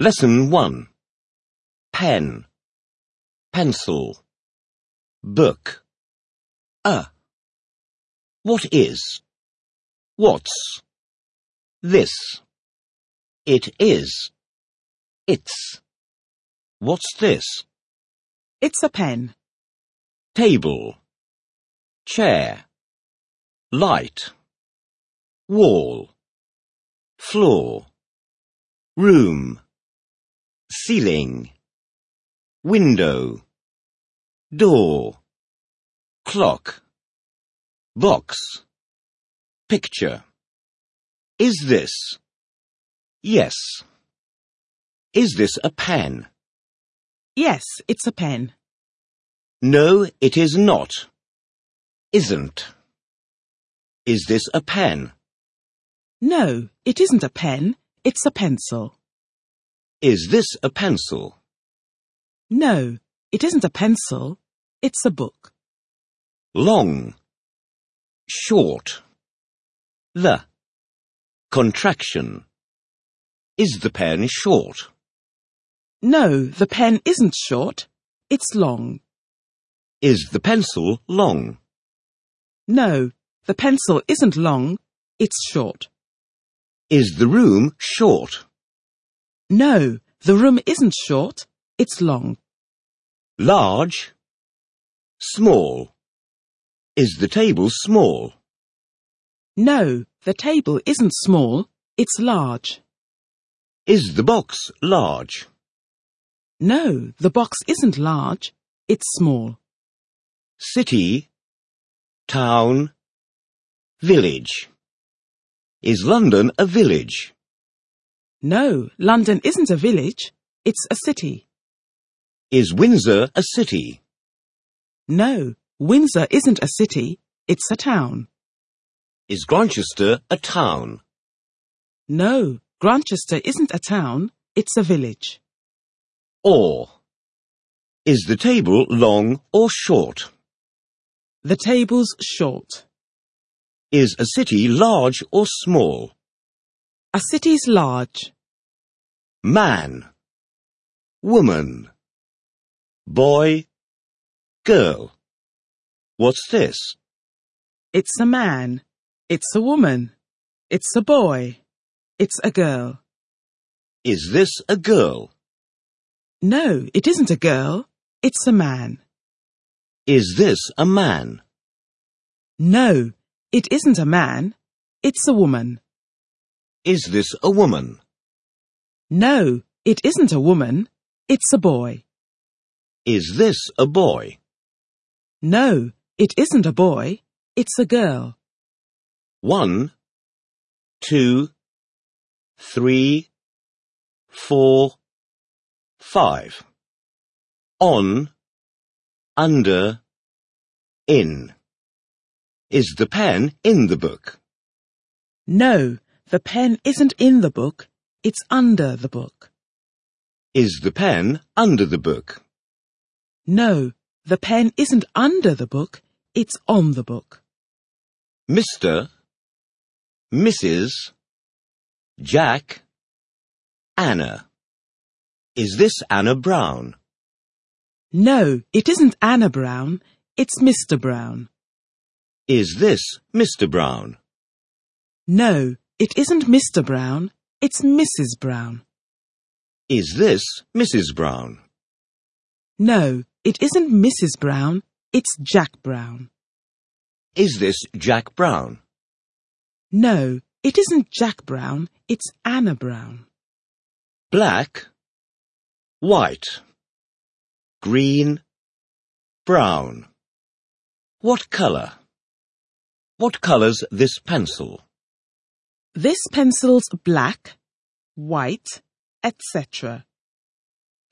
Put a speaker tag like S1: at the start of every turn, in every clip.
S1: Lesson 1 Pen Pencil Book A What is What's This It is It's What's this?
S2: It's a pen.
S1: Table Chair Light Wall Floor Room ceiling, window, door, clock, box, picture. Is this? Yes. Is this a pen?
S2: Yes, it's a pen.
S1: No, it is not. Isn't. Is this a pen?
S2: No, it isn't a pen. It's a pencil.
S1: Is this a pencil?
S2: No, it isn't a pencil. It's a book.
S1: long, short. The contraction. Is the pen short?
S2: No, the pen isn't short. It's long.
S1: Is the pencil long?
S2: No, the pencil isn't long. It's short.
S1: Is the room short?
S2: No, the room isn't short. It's long.
S1: Large? Small? Is the table small?
S2: No, the table isn't small. It's large.
S1: Is the box large?
S2: No, the box isn't large. It's small.
S1: City? Town? Village? Is London a village?
S2: No, London isn't a village. It's a city.
S1: Is Windsor a city?
S2: No, Windsor isn't a city. It's a town.
S1: Is Grantchester a town?
S2: No, Grantchester isn't a town, it's a village.
S1: Or Is the table long or short?
S2: The table's short.
S1: Is a city large or small?
S2: A city's large.
S1: Man Woman Boy Girl What's this?
S2: It's a man. It's a woman. It's a boy. It's a girl.
S1: Is this a girl?
S2: No, it isn't a girl. It's a man.
S1: Is this a man?
S2: No, it isn't a man. It's a woman.
S1: Is this a woman?
S2: No, it isn't a woman. It's a boy.
S1: Is this a boy?
S2: No, it isn't a boy. It's a girl.
S1: One, two, three, four, five. On, under, in. Is the pen in the book?
S2: No, the pen isn't in the book. It's under the book.
S1: Is the pen under the book?
S2: No, the pen isn't under the book, it's on the book.
S1: Mr. Mrs. Jack. Anna. Is this Anna Brown?
S2: No, it isn't Anna Brown, it's Mr. Brown.
S1: Is this Mr. Brown?
S2: No, it isn't Mr. Brown, it's Mrs. Brown.
S1: Is this Mrs. Brown?
S2: No, it isn't Mrs. Brown, it's Jack Brown.
S1: Is this Jack Brown?
S2: No, it isn't Jack Brown, it's Anna Brown.
S1: Black. White. Green. Brown. What color? What color's this pencil?
S2: This pencil's black, white, etc.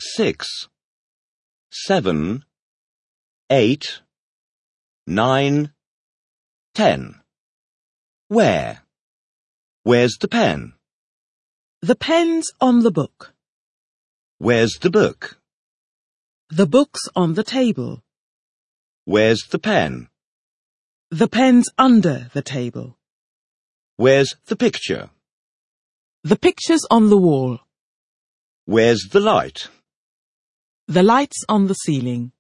S1: six, seven, eight, nine, ten. Where? Where's the pen?
S2: The pen's on the book.
S1: Where's the book?
S2: The book's on the table.
S1: Where's the pen?
S2: The pen's under the table.
S1: Where's the picture?
S2: The picture's on the wall.
S1: Where's the light?
S2: The lights on the ceiling.